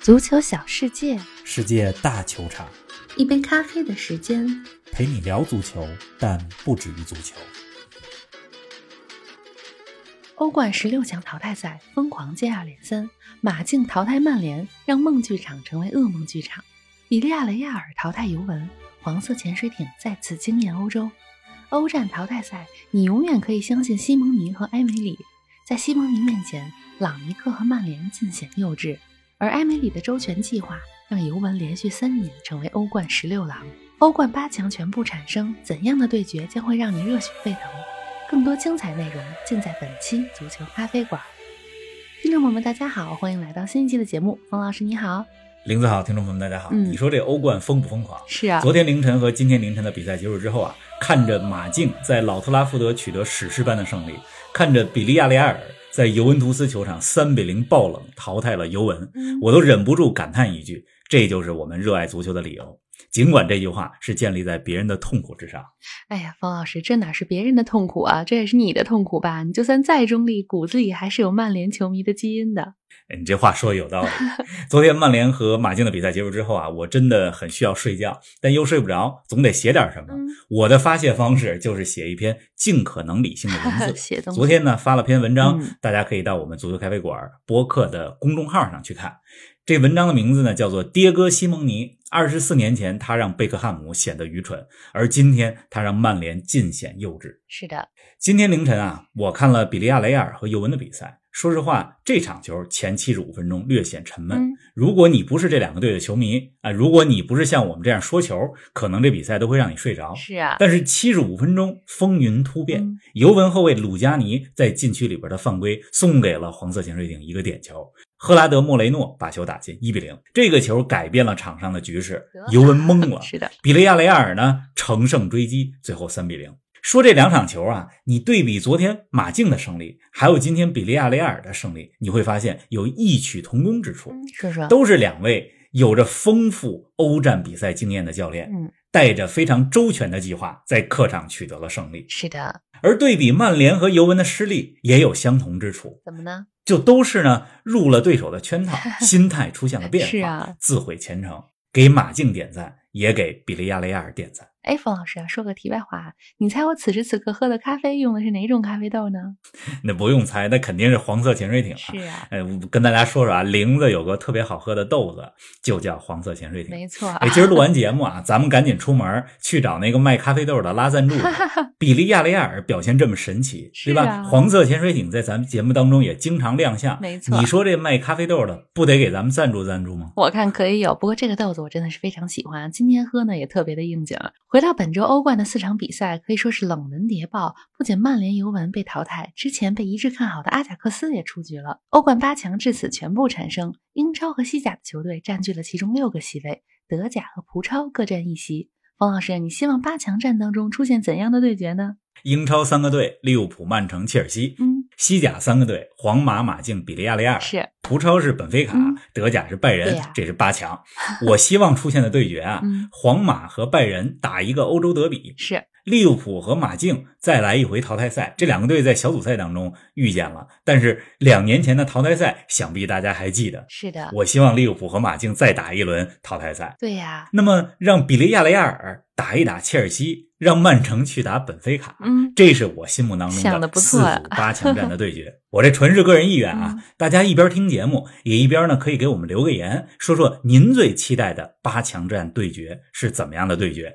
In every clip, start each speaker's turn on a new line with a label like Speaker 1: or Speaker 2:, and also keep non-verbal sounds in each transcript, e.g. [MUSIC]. Speaker 1: 足球小世界，
Speaker 2: 世界大球场，
Speaker 3: 一杯咖啡的时间，
Speaker 2: 陪你聊足球，但不止于足球。
Speaker 1: 欧冠十六强淘汰赛疯狂接二连三，马竞淘汰曼联，让梦剧场成为噩梦剧场；比利亚雷亚尔淘汰尤文，黄色潜水艇再次惊艳欧洲。欧战淘汰赛，你永远可以相信西蒙尼和埃梅里。在西蒙尼面前，朗尼克和曼联尽显幼稚，而埃梅里的周全计划让尤文连续三年成为欧冠十六郎。欧冠八强全部产生，怎样的对决将会让你热血沸腾？更多精彩内容尽在本期足球咖啡馆。听众朋友们，大家好，欢迎来到新一期的节目。冯老师你好，
Speaker 2: 林子好，听众朋友们，大家好。
Speaker 1: 嗯
Speaker 2: 你说这欧冠疯不疯狂？
Speaker 1: 是啊
Speaker 2: 昨天凌晨和今天凌晨的比赛结束之后啊，看着马竞在老特拉福德取得史诗般的胜利，看着比利亚雷亚尔在尤文图斯球场三比零爆冷淘汰了尤文，
Speaker 1: 嗯
Speaker 2: 我都忍不住感叹一句：这就是我们热爱足球的理由。尽管这句话是建立在别人的痛苦之上。
Speaker 1: 哎呀，冯老师，这哪是别人的痛苦啊，这也是你的痛苦吧？你就算再中立，骨子里还是有曼联球迷的基因的。
Speaker 2: 哎你这话说的有道理。 [LAUGHS] 昨天曼联和马竞的比赛结束之后啊，我真的很需要睡觉，但又睡不着，总得写点什么。
Speaker 1: [LAUGHS] 嗯，
Speaker 2: 我的发泄方式就是写一篇尽可能理性的文
Speaker 1: [LAUGHS]
Speaker 2: 字。
Speaker 1: 写东西。
Speaker 2: 昨天呢发了篇文章，
Speaker 1: 嗯
Speaker 2: 大家可以到我们足球咖啡馆播客的公众号上去看。这文章的名字呢叫做《迭戈·西蒙尼》。二十四年前，他让贝克汉姆显得愚蠢，而今天他让曼联尽显幼稚。
Speaker 1: 是的，
Speaker 2: 今天凌晨啊，我看了比利亚雷亚尔和尤文的比赛。说实话，这场球前七十五分钟略显沉闷。
Speaker 1: 嗯，
Speaker 2: 如果你不是这两个队的球迷啊、如果你不是像我们这样说球，可能这比赛都会让你睡着。
Speaker 1: 是啊，
Speaker 2: 但是七十五分钟风云突变，
Speaker 1: 嗯
Speaker 2: 尤文后卫鲁加尼在禁区里边的犯规送给了黄色潜水艇一个点球，赫拉德莫雷诺把球打进一比零，这个球改变了场上的局势
Speaker 1: 得，
Speaker 2: 尤文懵
Speaker 1: [LAUGHS]
Speaker 2: 了。
Speaker 1: 是的，
Speaker 2: 比利亚雷亚尔呢乘胜追击，最后三比零。说这两场球啊，你对比昨天马竞的胜利，还有今天比利亚雷亚尔的胜利，你会发现有异曲同工之处，
Speaker 1: 嗯，说说，
Speaker 2: 都是两位有着丰富欧战比赛经验的教练，
Speaker 1: 嗯，
Speaker 2: 带着非常周全的计划，在客场取得了胜利。
Speaker 1: 是的，
Speaker 2: 而对比曼联和尤文的失利，也有相同之处，
Speaker 1: 怎么呢？
Speaker 2: 就都是呢入了对手的
Speaker 1: [LAUGHS]
Speaker 2: 圈套，心态出现了变化，
Speaker 1: 是啊
Speaker 2: 自毁前程。给马竞点赞，也给比利亚雷亚尔点赞。
Speaker 1: 哎，冯老师啊，说个题外话，你猜我此时此刻喝的咖啡用的是哪种咖啡豆呢？
Speaker 2: 那不用猜，那肯定是黄色潜水艇啊！
Speaker 1: 是啊，
Speaker 2: 哎，我跟大家说说啊，玲子有个特别好喝的豆子，就叫黄色潜水艇。
Speaker 1: 没错啊，
Speaker 2: 哎，今儿录完节目啊，咱们赶紧出门儿去找那个卖咖啡豆的
Speaker 1: [LAUGHS]
Speaker 2: 拉赞助的。比利亚雷亚尔表现这么神奇，
Speaker 1: 是
Speaker 2: 对吧？
Speaker 1: 啊
Speaker 2: 黄色潜水艇在咱们节目当中也经常亮相。
Speaker 1: 没错
Speaker 2: 你说这卖咖啡豆的不得给咱们赞助赞助吗？
Speaker 1: 我看可以有，不过这个豆子我真的是非常喜欢，今天喝呢也特别的应景。回到本周欧冠的四场比赛，可以说是冷门谍报，不仅曼联、尤文被淘汰，之前被一致看好的阿贾克斯也出局了。欧冠八强至此全部产生，英超和西甲的球队占据了其中六个席位，德甲和葡超各占一席。冯老师，你希望八强战当中出现怎样的对决呢？
Speaker 2: 英超三个队：利物浦、曼城、切尔西；
Speaker 1: 嗯，
Speaker 2: 西甲三个队：皇马、马竞、比利亚雷亚尔。
Speaker 1: 是，
Speaker 2: 葡超是本菲卡，
Speaker 1: 嗯
Speaker 2: 德甲是拜仁，
Speaker 1: 对呀
Speaker 2: 这是八强。我希望出现的对决啊，
Speaker 1: 嗯，
Speaker 2: [LAUGHS] 皇马和拜仁打一个欧洲德比，
Speaker 1: 是，
Speaker 2: 利物浦和马竞再来一回淘汰赛，这两个队在小组赛当中遇见了，但是两年前的淘汰赛，想必大家还记得。
Speaker 1: 是的，
Speaker 2: 我希望利物浦和马竞再打一轮淘汰赛，
Speaker 1: 对呀、
Speaker 2: 那么让比利亚雷亚尔打一打切尔西，让曼城去打本菲卡。
Speaker 1: 嗯，
Speaker 2: 这是我心目当
Speaker 1: 想
Speaker 2: 中
Speaker 1: 得
Speaker 2: 的
Speaker 1: 不
Speaker 2: 四
Speaker 1: 错嗯啊
Speaker 2: 组八强战的对决。我这纯是个人意愿啊，大家一边听节目，也一边呢可以给我们留个言，说说您最期待的八强战对决是怎么样的对决。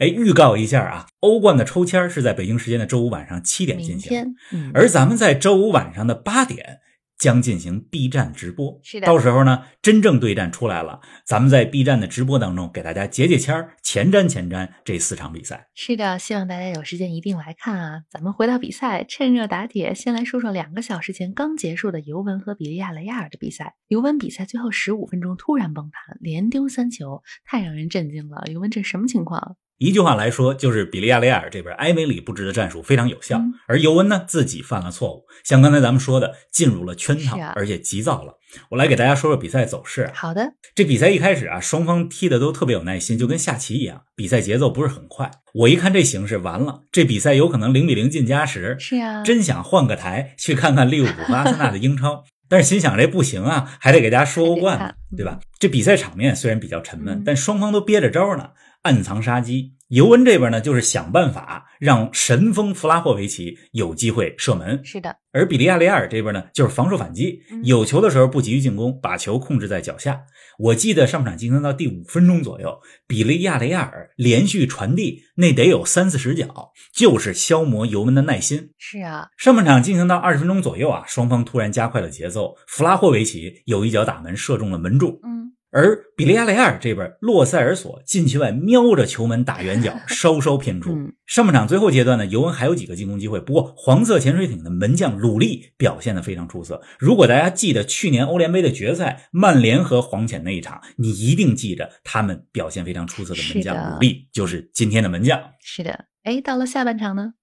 Speaker 2: 哎，预告一下啊，欧冠的抽签是在北京时间的周五晚上七点
Speaker 1: 明
Speaker 2: 进行，
Speaker 1: 天，嗯，
Speaker 2: 而咱们在周五晚上的八点将进行 B 站直播。
Speaker 1: 是的
Speaker 2: 到时候呢，真正对战出来了，咱们在 B 站的直播当中给大家解解签儿，前瞻前瞻这四场比赛。
Speaker 1: 是的，希望大家有时间一定来看啊！咱们回到比赛，趁热打铁，先来说说两个小时前刚结束的尤文和比利亚雷亚尔的比赛。尤文比赛最后十五分钟突然崩盘，连丢三球，太让人震惊了！尤文这什么情况？
Speaker 2: 一句话来说，就是比利亚雷亚尔这边埃梅里布置的战术非常有效，
Speaker 1: 嗯
Speaker 2: 而尤文呢自己犯了错误，像刚才咱们说的，进入了圈套，
Speaker 1: 是啊
Speaker 2: 而且急躁了。我来给大家说说比赛走势啊。
Speaker 1: 好的，
Speaker 2: 这比赛一开始啊，双方踢的都特别有耐心，就跟下棋一样，比赛节奏不是很快。我一看这形势，完了，这比赛有可能零比零进加时，
Speaker 1: 是啊，
Speaker 2: 真想换个台去看看利物浦和阿森纳的英超。但是心想这不行啊，还得给大家说欧冠
Speaker 1: 还得看，
Speaker 2: 呢
Speaker 1: 嗯
Speaker 2: 对吧？这比赛场面虽然比较沉闷，
Speaker 1: 嗯
Speaker 2: 但双方都憋着招呢，暗藏杀机。尤文这边呢，就是想办法让神锋弗拉霍维奇有机会射门，
Speaker 1: 是的，
Speaker 2: 而比利亚雷亚尔这边呢，就是防守反击，
Speaker 1: 嗯
Speaker 2: 有球的时候不急于进攻，把球控制在脚下。我记得上半场进行到第五分钟左右，比利亚雷亚尔连续传递，那得有三四十脚，就是消磨尤文的耐心。
Speaker 1: 是啊，
Speaker 2: 上半场进行到二十分钟左右啊，双方突然加快了节奏，弗拉霍维奇有一脚打门射中了门柱，
Speaker 1: 嗯，
Speaker 2: 而比利亚雷亚尔这边，洛塞尔索禁区外瞄着球门打圆角，
Speaker 1: [LAUGHS]
Speaker 2: 稍稍偏出
Speaker 1: 嗯。
Speaker 2: 上半场最后阶段呢，尤文还有几个进攻机会，不过黄色潜水艇的门将鲁利表现得非常出色。如果大家记得去年欧联杯的决赛，曼联和黄潜那一场，你一定记着他们表现非常出色的门
Speaker 1: 是的
Speaker 2: 将鲁利就是今天的门将。
Speaker 1: 是的。哎，到了下半场呢，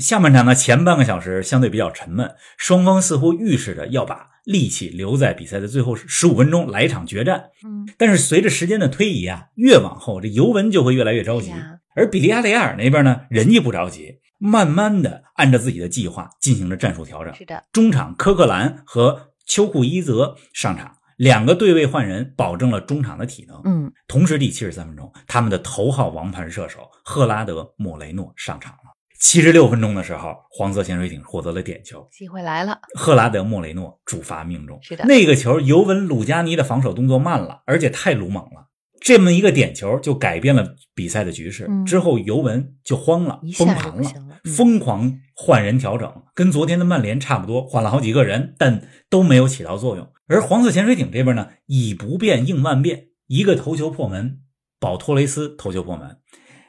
Speaker 2: 下半场呢，前半个小时相对比较沉闷，双方似乎预示着要把力气留在比赛的最后十五分钟来一场决战。
Speaker 1: 嗯，
Speaker 2: 但是随着时间的推移啊，越往后这尤文就会越来越着急
Speaker 1: 对哎呀，
Speaker 2: 而比利亚雷亚尔那边呢，人家不着急，慢慢的按照自己的计划进行了战术调整。
Speaker 1: 是的，
Speaker 2: 中场科克兰和丘库伊泽上场，两个对位换人，保证了中场的体能。
Speaker 1: 嗯，
Speaker 2: 同时，第七十三分钟，他们的头号王牌射手赫拉德·莫雷诺上场了。七十六分钟的时候，黄色潜水艇获得了点球，
Speaker 1: 机会来了，
Speaker 2: 赫拉德·莫雷诺主罚命中。
Speaker 1: 是的
Speaker 2: 那个球，尤文鲁加尼的防守动作慢了，而且太鲁莽了。这么一个点球就改变了比赛的局势，
Speaker 1: 嗯
Speaker 2: 之后尤文就慌了
Speaker 1: 一，下
Speaker 2: 崩
Speaker 1: 就
Speaker 2: 盘
Speaker 1: 不
Speaker 2: 了，
Speaker 1: 行了嗯
Speaker 2: 疯狂换人调整，跟昨天的曼联差不多，换了好几个人，但都没有起到作用。而黄色潜水艇这边呢，以不变应万变，一个头球破门，保托雷斯头球破门，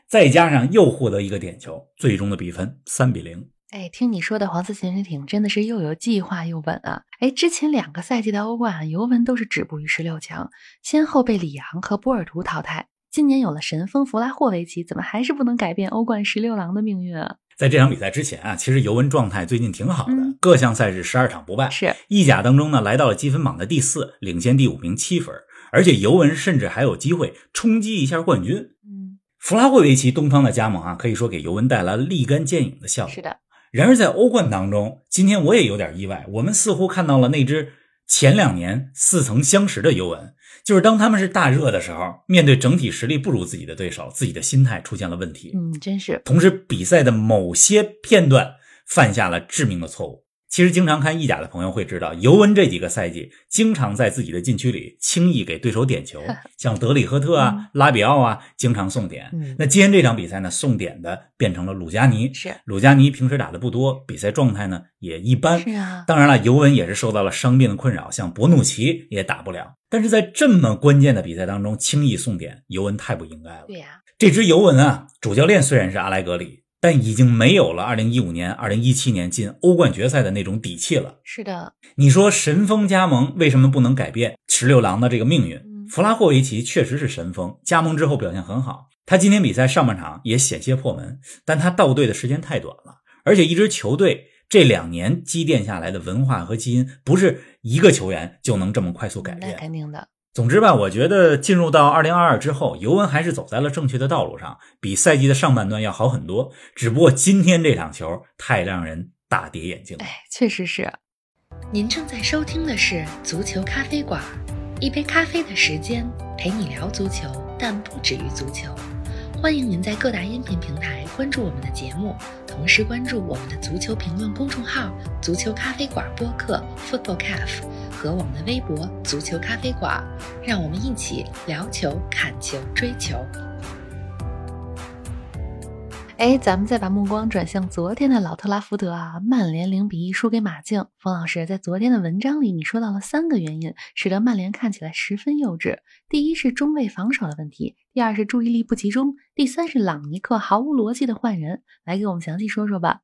Speaker 2: 再加上又获得一个点球，最终的比分三比零。
Speaker 1: 哎，听你说的黄色潜水艇真的是又有计划又稳啊！哎，之前两个赛季的欧冠啊，尤文都是止步于十六强，先后被里昂和波尔图淘汰。今年有了神锋弗拉霍维奇，怎么还是不能改变欧冠十六郎的命运啊？
Speaker 2: 在这场比赛之前啊，其实尤文状态最近挺好的，
Speaker 1: 嗯
Speaker 2: 各项赛事十二场不败，
Speaker 1: 是，
Speaker 2: 意甲当中呢来到了积分榜的第四，领先第五名七分，而且尤文甚至还有机会冲击一下冠军。
Speaker 1: 嗯，
Speaker 2: 弗拉霍维奇东窗的加盟啊，可以说给尤文带来了立竿见影的效果。
Speaker 1: 是的，
Speaker 2: 然而在欧冠当中，今天我也有点意外，我们似乎看到了那支前两年似曾相识的尤文，就是当他们是大热的时候，面对整体实力不如自己的对手，自己的心态出现了问题。
Speaker 1: 嗯，真是，
Speaker 2: 同时比赛的某些片段犯下了致命的错误。其实，经常看意甲的朋友会知道，尤文这几个赛季经常在自己的禁区里轻易给对手
Speaker 1: [LAUGHS]
Speaker 2: 点球，像德里赫特啊、拉比奥啊，经常送点。
Speaker 1: 嗯
Speaker 2: 那今天这场比赛呢，送点的变成了鲁加尼。
Speaker 1: 是
Speaker 2: 鲁加尼平时打的不多，比赛状态呢也一般。
Speaker 1: 是啊，
Speaker 2: 当然了，尤文也是受到了伤病的困扰，像博努奇也打不了。但是在这么关键的比赛当中轻易送点，尤文太不应该了。
Speaker 1: 对呀、
Speaker 2: 这支尤文啊，主教练虽然是阿莱格里，但已经没有了2015年、2017年进欧冠决赛的那种底气了。
Speaker 1: 是的，
Speaker 2: 你说神锋加盟为什么不能改变十六郎的这个命运
Speaker 1: 嗯？
Speaker 2: 弗拉霍维奇确实是神锋，加盟之后表现很好。他今天比赛上半场也险些破门，但他到队的时间太短了，而且一支球队这两年积淀下来的文化和基因，不是一个球员就能这么快速改
Speaker 1: 那
Speaker 2: 变。
Speaker 1: 肯定的，
Speaker 2: 总之吧，我觉得进入到二零二二之后，尤文还是走在了正确的道路上，比赛季的上半段要好很多。只不过今天这场球太让人大跌眼镜了。
Speaker 1: 哎，确实是，
Speaker 3: 您正在收听的是《足球咖啡馆》，一杯咖啡的时间陪你聊足球，但不止于足球。欢迎您在各大音频平台关注我们的节目，同时关注我们的足球评论公众号“足球咖啡馆”播客 （Football Cafe） 和我们的微博“足球咖啡馆”，让我们一起聊球、看球、追球。
Speaker 1: 哎，咱们再把目光转向昨天的老特拉福德啊，曼联零比一输给马竞。冯老师在昨天的文章里，你说到了三个原因，使得曼联看起来十分幼稚。第一是中卫防守的问题，第二是注意力不集中，第三是朗尼克毫无逻辑的换人。来给我们详细说说吧，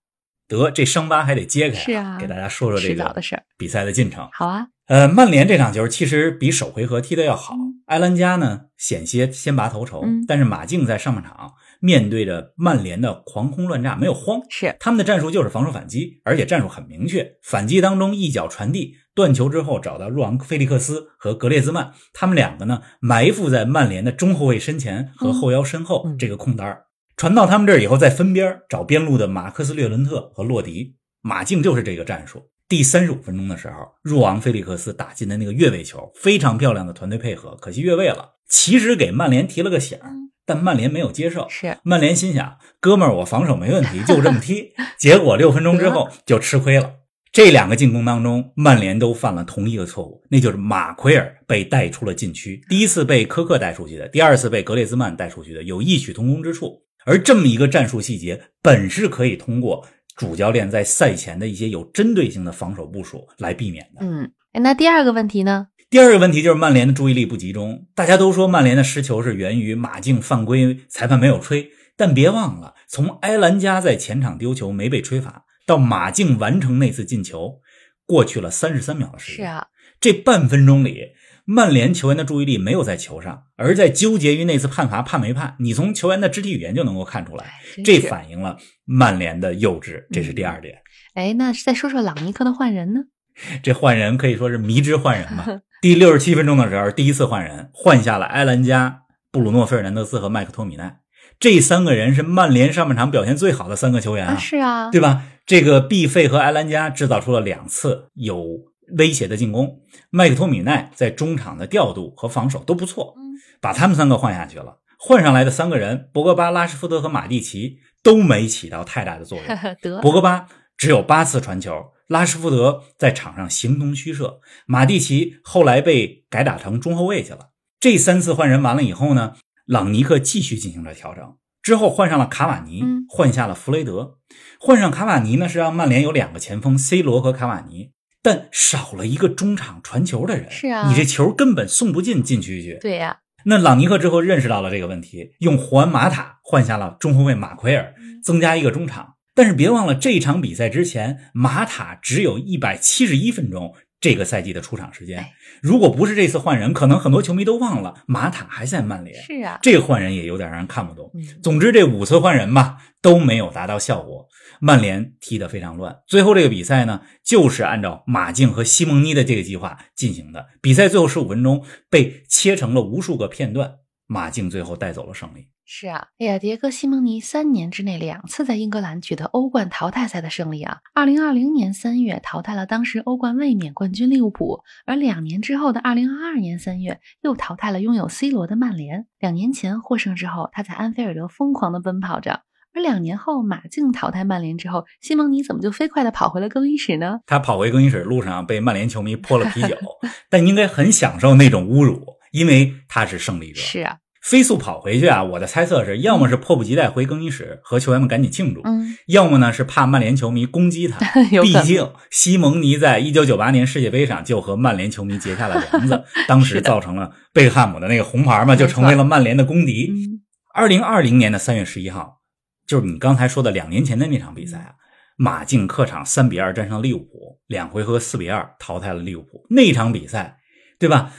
Speaker 2: 得，这伤疤还得揭开、
Speaker 1: 是啊
Speaker 2: 给大家说说这
Speaker 1: 迟早
Speaker 2: 个
Speaker 1: 的事儿。
Speaker 2: 比赛的进程。
Speaker 1: 好啊，
Speaker 2: 呃，曼联这场球其实比首回合踢得要好
Speaker 1: 嗯，
Speaker 2: 埃兰加呢险些先拔头筹，
Speaker 1: 嗯
Speaker 2: 但是马竞在上半场面对着曼联的狂轰乱炸没有慌，
Speaker 1: 是
Speaker 2: 他们的战术就是防守反击，而且战术很明确。反击当中一脚传递断球之后，找到若昂·菲利克斯和格列兹曼，他们两个呢埋伏在曼联的中后卫身前和后腰身后
Speaker 1: 嗯
Speaker 2: 这个空当儿，传到他们这儿以后，在分边儿找边路的马克斯·略伦特和洛迪。马竞就是这个战术。第三十五分钟的时候，入昂菲利克斯打进的那个越位球，非常漂亮的团队配合，可惜越位了。其实给曼联提了个醒儿，但曼联没有接受。
Speaker 1: 嗯是
Speaker 2: 曼联心想，哥们儿，我防守没问题，就这么踢。结果六分钟之后就吃亏了。这两个进攻当中，曼联都犯了同一个错误，那就是马奎尔被带出了禁区。第一次被科克带出去的，第二次被格列兹曼带出去的，有异曲同工之处。而这么一个战术细节，本是可以通过主教练在赛前的一些有针对性的防守部署来避免的。
Speaker 1: 嗯，哎那第二个问题呢？
Speaker 2: 第二个问题就是曼联的注意力不集中。大家都说曼联的失球是源于马竞犯规，裁判没有吹。但别忘了，从埃兰加在前场丢球没被吹罚，到马竞完成那次进球，过去了三十三秒的时
Speaker 1: 是
Speaker 2: 间。
Speaker 1: 啊，
Speaker 2: 这半分钟里，曼联球员的注意力没有在球上，而在纠结于那次判罚判没判。你从球员的肢体语言就能够看出来，
Speaker 1: 哎真
Speaker 2: 这
Speaker 1: 是
Speaker 2: 反映了曼联的幼稚。这是第二点。
Speaker 1: 哎，那再说说朗尼克的换人呢？
Speaker 2: 这换人可以说是迷之换人
Speaker 1: [LAUGHS]
Speaker 2: 吧。第六十七分钟的时候，第一次换人，换下了埃兰加、布鲁诺·费尔南德斯和麦克托米奈，这三个人是曼联上半场表现最好的三个球员啊，
Speaker 1: 啊，是啊，
Speaker 2: 对吧？这个毕费和埃兰加制造出了两次有威胁的进攻，麦克托米奈在中场的调度和防守都不错，
Speaker 1: 嗯
Speaker 2: 把他们三个换下去了。换上来的三个人，博格巴、拉什福德和马蒂奇都没起到太大的作用。
Speaker 1: [LAUGHS] 得，
Speaker 2: 博格巴只有八次传球，拉什福德在场上形同虚设，马蒂奇后来被改打成中后卫去了。这三次换人完了以后呢，朗尼克继续进行了调整，之后换上了卡瓦尼
Speaker 1: 嗯，
Speaker 2: 换下了弗雷德，换上卡瓦尼呢是让曼联有两个前锋 C 罗和卡瓦尼。但少了一个中场传球的人，
Speaker 1: 是啊
Speaker 2: 你这球根本送不进禁区去。
Speaker 1: 对呀、
Speaker 2: 那朗尼克之后认识到了这个问题，用胡安马塔换下了中后卫马奎尔，
Speaker 1: 嗯
Speaker 2: 增加一个中场。但是别忘了，这场比赛之前，马塔只有一百七十一分钟这个赛季的出场时间
Speaker 1: 哎。
Speaker 2: 如果不是这次换人，可能很多球迷都忘了马塔还在曼联。
Speaker 1: 是啊，
Speaker 2: 这个换人也有点让人看不懂。
Speaker 1: 嗯，
Speaker 2: 总之，这五次换人吧都没有达到效果，曼联踢得非常乱。最后这个比赛呢，就是按照马竞和西蒙尼的这个计划进行的。比赛最后十五分钟被切成了无数个片段，马竞最后带走了胜利。
Speaker 1: 是啊，哎呀，迭戈·西蒙尼三年之内两次在英格兰取得欧冠淘汰赛的胜利啊！二零二零年三月淘汰了当时欧冠卫冕冠军利物浦，而两年之后的二零二二年三月又淘汰了拥有 C 罗的曼联。两年前获胜之后，他在安菲尔德疯狂的奔跑着。而两年后，马竞淘汰曼联之后，西蒙尼怎么就飞快的跑回了更衣室呢？
Speaker 2: 他跑回更衣室路上被曼联球迷泼了啤
Speaker 1: [LAUGHS]
Speaker 2: 酒，但应该很享受那种侮辱，因为他是胜利者。
Speaker 1: 是啊，
Speaker 2: 飞速跑回去啊！我的猜测是，要么是迫不及待回更衣室和球员们赶紧庆祝，
Speaker 1: 嗯，
Speaker 2: 要么呢是怕曼联球迷攻
Speaker 1: [LAUGHS]
Speaker 2: 击他。
Speaker 1: 有
Speaker 2: 毕
Speaker 1: 可能。
Speaker 2: 竟西蒙尼在一九九八年世界杯上就和曼联球迷结下了
Speaker 1: [LAUGHS]
Speaker 2: 梁子，当时造成了贝克汉姆的那个红牌嘛，就成为了曼联的公敌。
Speaker 1: 嗯，
Speaker 2: 二零二零年的三月十一号，就是你刚才说的两年前的那场比赛啊，马竞客场三比二战胜利物浦，两回合四比二淘汰了利物浦。那场比赛，对吧？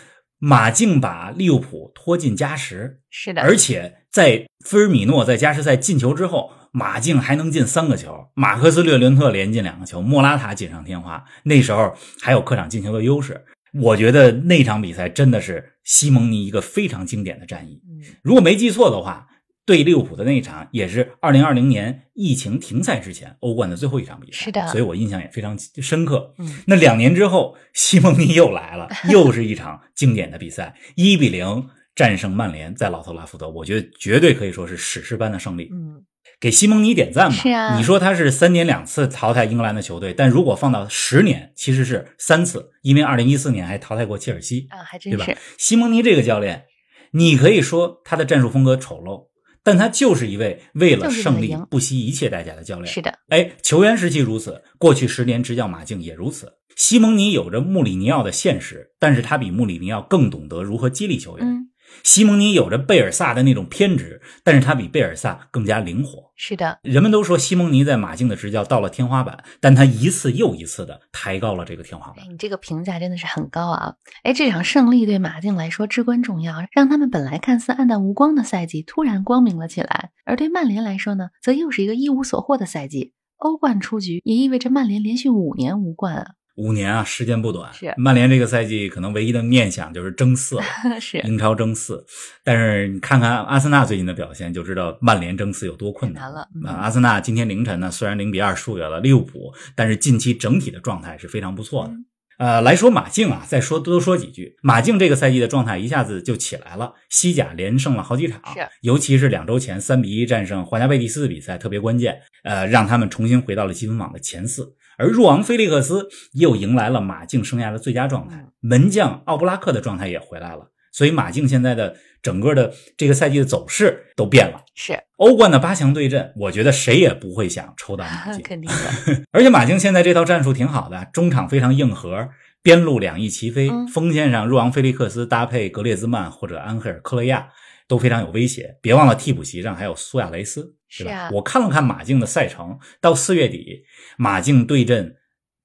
Speaker 2: 马竞把利物浦拖进加时，
Speaker 1: 是的，
Speaker 2: 而且在菲尔米诺在加时赛进球之后，马竞还能进三个球，马克斯·略伦特连进两个球，莫拉塔锦上添花。那时候还有客场进球的优势，我觉得那场比赛真的是西蒙尼一个非常经典的战役。
Speaker 1: 嗯，
Speaker 2: 如果没记错的话，对利物浦的那一场也是二零二零年疫情停赛之前欧冠的最后一场比赛，
Speaker 1: 是的
Speaker 2: 所以我印象也非常深刻。
Speaker 1: 嗯
Speaker 2: 那两年之后，西蒙尼又来了，又是一场经典的比赛，一比零战胜曼联，在老特拉福德，我觉得绝对可以说是史诗般的胜利，
Speaker 1: 嗯，
Speaker 2: 给西蒙尼点赞吧。
Speaker 1: 是啊
Speaker 2: 你说他是三年两次淘汰英格兰的球队，但如果放到十年，其实是三次，因为二零一四年还淘汰过切尔西。
Speaker 1: 啊，还
Speaker 2: 对
Speaker 1: 真
Speaker 2: 吧
Speaker 1: 是，？
Speaker 2: 西蒙尼这个教练，你可以说他的战术风格丑陋，但他就是一位为了
Speaker 1: 就是为了
Speaker 2: 胜利
Speaker 1: 赢
Speaker 2: 不惜一切代价的教练
Speaker 1: 是。的，
Speaker 2: 哎，球员时期如此，过去十年执教马竞也如此。西蒙尼有着穆里尼奥的现实，但是他比穆里尼奥更懂得如何激励球员。
Speaker 1: 嗯，
Speaker 2: 西蒙尼有着贝尔萨的那种偏执，但是他比贝尔萨更加灵活。
Speaker 1: 是的，
Speaker 2: 人们都说西蒙尼在马竞的执教到了天花板，但他一次又一次的抬高了这个天花板
Speaker 1: 哎，。你这个评价真的是很高啊！哎，这场胜利对马竞来说至关重要，让他们本来看似暗淡无光的赛季突然光明了起来；而对曼联来说呢，则又是一个一无所获的赛季。欧冠出局也意味着曼联连续五年无冠啊！
Speaker 2: 五年啊，时间不短。
Speaker 1: 是
Speaker 2: 曼联这个赛季可能唯一的念想就是争四了，
Speaker 1: [LAUGHS] 是
Speaker 2: 英超争四。但是你看看阿森纳最近的表现，就知道曼联争四有多困难
Speaker 1: 太难了嗯
Speaker 2: 啊阿森纳今天凌晨呢，虽然零比二输给了利物浦，但是近期整体的状态是非常不错的。
Speaker 1: 嗯
Speaker 2: 呃，来说马竞啊，再说多说几句。马竞这个赛季的状态一下子就起来了，西甲连胜了好几场，
Speaker 1: 是
Speaker 2: 尤其是两周前三比一战胜皇家贝蒂斯的比赛特别关键，呃，让他们重新回到了积分榜的前四。而若昂菲利克斯又迎来了马竞生涯的最佳状态
Speaker 1: 嗯，
Speaker 2: 门将奥布拉克的状态也回来了，所以马竞现在的整个的这个赛季的走势都变了。
Speaker 1: 是，
Speaker 2: 欧冠的八强对阵，我觉得谁也不会想抽到马竞，
Speaker 1: [LAUGHS] 肯定的，
Speaker 2: 而且马竞现在这套战术挺好的，中场非常硬核，边路两翼齐飞，
Speaker 1: 嗯
Speaker 2: 锋线上若昂菲利克斯搭配格列兹曼或者安赫尔克雷亚都非常有威胁。别忘了替补席上还有苏亚雷斯，
Speaker 1: 是
Speaker 2: 吧？
Speaker 1: 啊
Speaker 2: 我看了看马竞的赛程，到四月底，马竞对阵。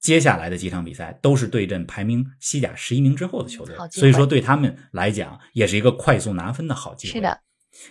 Speaker 2: 接下来的几场比赛都是对阵排名西甲十一名之后的球队
Speaker 1: 嗯好，机会
Speaker 2: 所以说对他们来讲也是一个快速拿分的好机会。
Speaker 1: 是的，，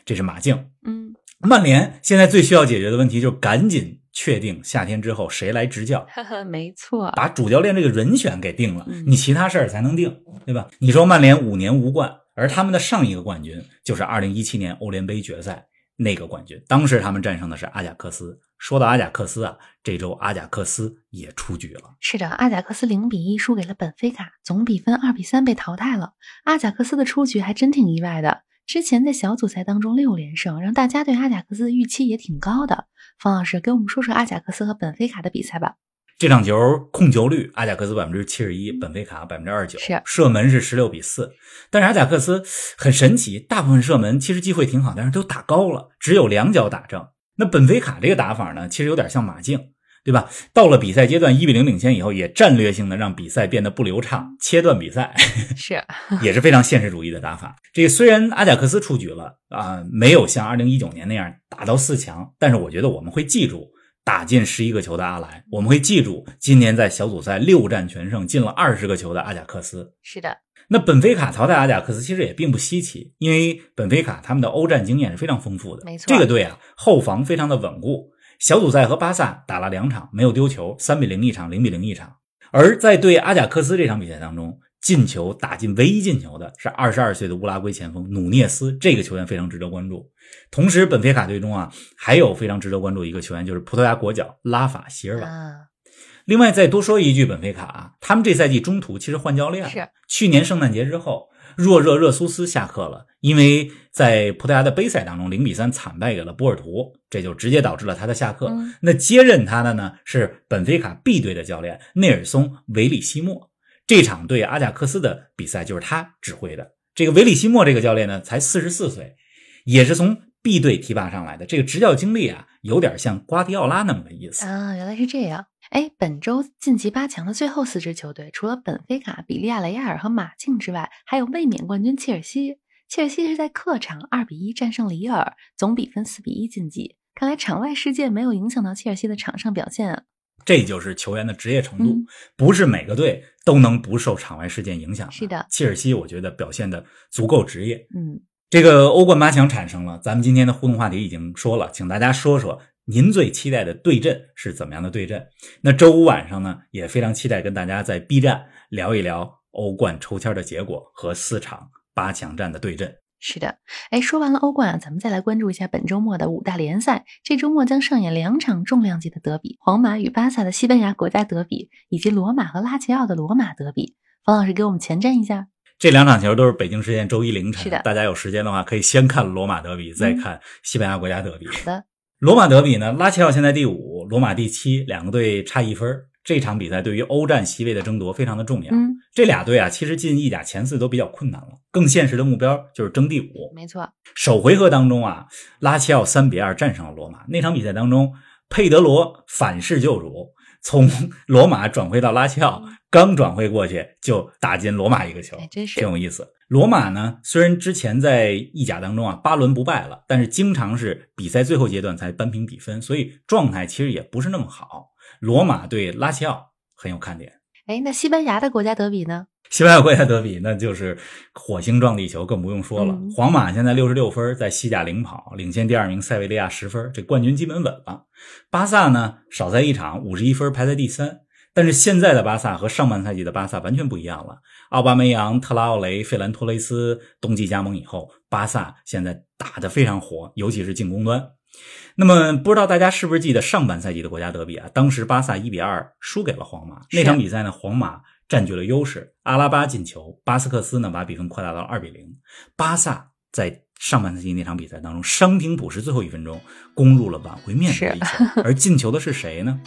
Speaker 2: 这是马竞。
Speaker 1: 嗯， [LAUGHS]
Speaker 2: 曼联现在最需要解决的问题就是赶紧确定夏天之后谁来执教，
Speaker 1: 呵呵，没错，啊
Speaker 2: 把主教练这个人选给定了
Speaker 1: 嗯，
Speaker 2: 你其他事儿才能定，对吧？你说曼联五年无冠，而他们的上一个冠军就是二零一七年欧联杯决赛那个冠军，当时他们战胜的是阿贾克斯。说到阿贾克斯啊，这周阿贾克斯也出局了。
Speaker 1: 是的，阿贾克斯零比一输给了本菲卡，总比分二比三被淘汰了。阿贾克斯的出局还真挺意外的，之前在小组赛当中六连胜，让大家对阿贾克斯的预期也挺高的。方老师给我们说说阿贾克斯和本菲卡的比赛吧。
Speaker 2: 这场球控球率，阿贾克斯百分之七十一，本菲卡百分之二十九
Speaker 1: 是，
Speaker 2: 射门是十六比四。但是阿贾克斯很神奇，大部分射门其实机会挺好，但是都打高了，只有两脚打正。那本菲卡这个打法呢，其实有点像马竞，对吧？到了比赛阶段一比零领先以后，也战略性的让比赛变得不流畅，切断比赛。
Speaker 1: [LAUGHS] 是，啊
Speaker 2: 也是非常现实主义的打法。这个虽然阿贾克斯出局了啊、没有像二零一九年那样打到四强，但是我觉得我们会记住打进十一个球的阿莱，我们会记住今年在小组赛六战全胜进了二十个球的阿贾克斯。
Speaker 1: 是的，
Speaker 2: 那本菲卡淘汰阿贾克斯其实也并不稀奇，因为本菲卡他们的欧战经验是非常丰富的。
Speaker 1: 没错
Speaker 2: 这个队啊后防非常的稳固，小组赛和巴萨打了两场没有丢球，三比零一场，零比零一场。而在对阿贾克斯这场比赛当中，进球打进唯一进球的是二十二岁的乌拉圭前锋努涅斯，这个球员非常值得关注。同时，本菲卡队中啊还有非常值得关注的一个球员，就是葡萄牙国脚拉法席尔瓦。
Speaker 1: 啊，
Speaker 2: 另外再多说一句，本菲卡啊，他们这赛季中途其实换教练了，
Speaker 1: 是
Speaker 2: 去年圣诞节之后，弱热热苏斯下课了，因为在葡萄牙的杯赛当中零比三惨败给了波尔图，这就直接导致了他的下课。
Speaker 1: 嗯
Speaker 2: 那接任他的呢是本菲卡 B 队的教练内尔松·维里西莫，这场对阿贾克斯的比赛就是他指挥的。这个维里西莫这个教练呢，才四十四岁，也是从 B 队提拔上来的。这个执教经历啊，有点像瓜迪奥拉那么个意思。
Speaker 1: 啊，原来是这样。哎，本周晋级八强的最后四支球队，除了本菲卡、比利亚雷亚尔和马竞之外，还有卫冕冠军切尔西。切尔西是在客场二比一战胜里尔，总比分四比一晋级。看来场外事件没有影响到切尔西的场上表现啊。
Speaker 2: 这就是球员的职业程度，
Speaker 1: 嗯
Speaker 2: 不是每个队都能不受场外事件影响。
Speaker 1: 是的，
Speaker 2: 切尔西我觉得表现的足够职业。
Speaker 1: 嗯，
Speaker 2: 这个欧冠八强产生了，咱们今天的互动话题已经说了，请大家说说您最期待的对阵是怎么样的对阵。那周五晚上呢，也非常期待跟大家在 B 站聊一聊欧冠抽签的结果和四场八强战的对阵。
Speaker 1: 是的。哎，说完了欧冠啊，咱们再来关注一下本周末的五大联赛。这周末将上演两场重量级的德比：皇马与巴萨的西班牙国家德比，以及罗马和拉齐奥的罗马德比。冯老师给我们前瞻一下。
Speaker 2: 这两场球都是北京时间周一凌晨，
Speaker 1: 是的嗯
Speaker 2: 大家有时间的话可以先看罗马德比，再看西班牙国家德比。
Speaker 1: 好的，
Speaker 2: 罗马德比呢，拉齐奥现在第五，罗马第七，两个队差一分儿。这场比赛对于欧战席位的争夺非常的重要。
Speaker 1: 嗯，
Speaker 2: 这俩队啊，其实进意甲前四都比较困难了，更现实的目标就是争第五。
Speaker 1: 没错。
Speaker 2: 首回合当中啊，拉齐奥三比二战胜了罗马。那场比赛当中，佩德罗反噬救主，从 [LAUGHS] 罗马转会到拉齐奥，刚转会过去就打进罗马一个球，
Speaker 1: 哎真是
Speaker 2: 哦挺有意思。罗马呢，虽然之前在意甲当中啊八轮不败了，但是经常是比赛最后阶段才扳平比分，所以状态其实也不是那么好。罗马对拉齐奥很有看点。
Speaker 1: 哎，那西班牙的国家德比呢？
Speaker 2: 西班牙国家德比那就是火星撞地球，更不用说了。
Speaker 1: 嗯
Speaker 2: 皇马现在六十六分，在西甲领跑，领先第二名塞维利亚十分，这冠军基本稳了。巴萨呢，少赛一场，五十一分排在第三。但是现在的巴萨和上半赛季的巴萨完全不一样了。奥巴梅扬、特拉奥雷、费兰托雷斯冬季加盟以后，巴萨现在打得非常火，尤其是进攻端。那么不知道大家是不是记得上半赛季的国家德比啊？当时巴萨一比二输给了皇马。
Speaker 1: 是啊
Speaker 2: 那场比赛呢，皇马占据了优势，阿拉巴进球，巴斯克斯呢把比分扩大到二比零。巴萨在上半赛季那场比赛当中，伤停补时最后一分钟攻入了挽回面子的一球，而进球的是谁呢？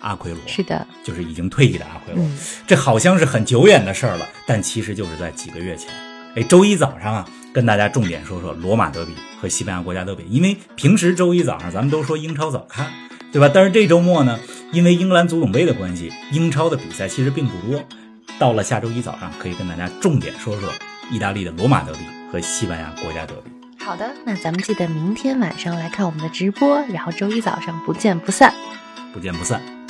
Speaker 2: 阿奎罗，
Speaker 1: 啊是的，
Speaker 2: 就是已经退役的阿奎罗。
Speaker 1: 嗯，
Speaker 2: 这好像是很久远的事儿了，但其实就是在几个月前。哎，周一早上啊，跟大家重点说说罗马德比和西班牙国家德比，因为平时周一早上咱们都说英超早看，对吧？但是这周末呢，因为英格兰足总杯的关系，英超的比赛其实并不多。到了下周一早上，可以跟大家重点说说意大利的罗马德比和西班牙国家德比。
Speaker 1: 好的，那咱们记得明天晚上来看我们的直播，然后周一早上不见不散。
Speaker 2: 不见不散。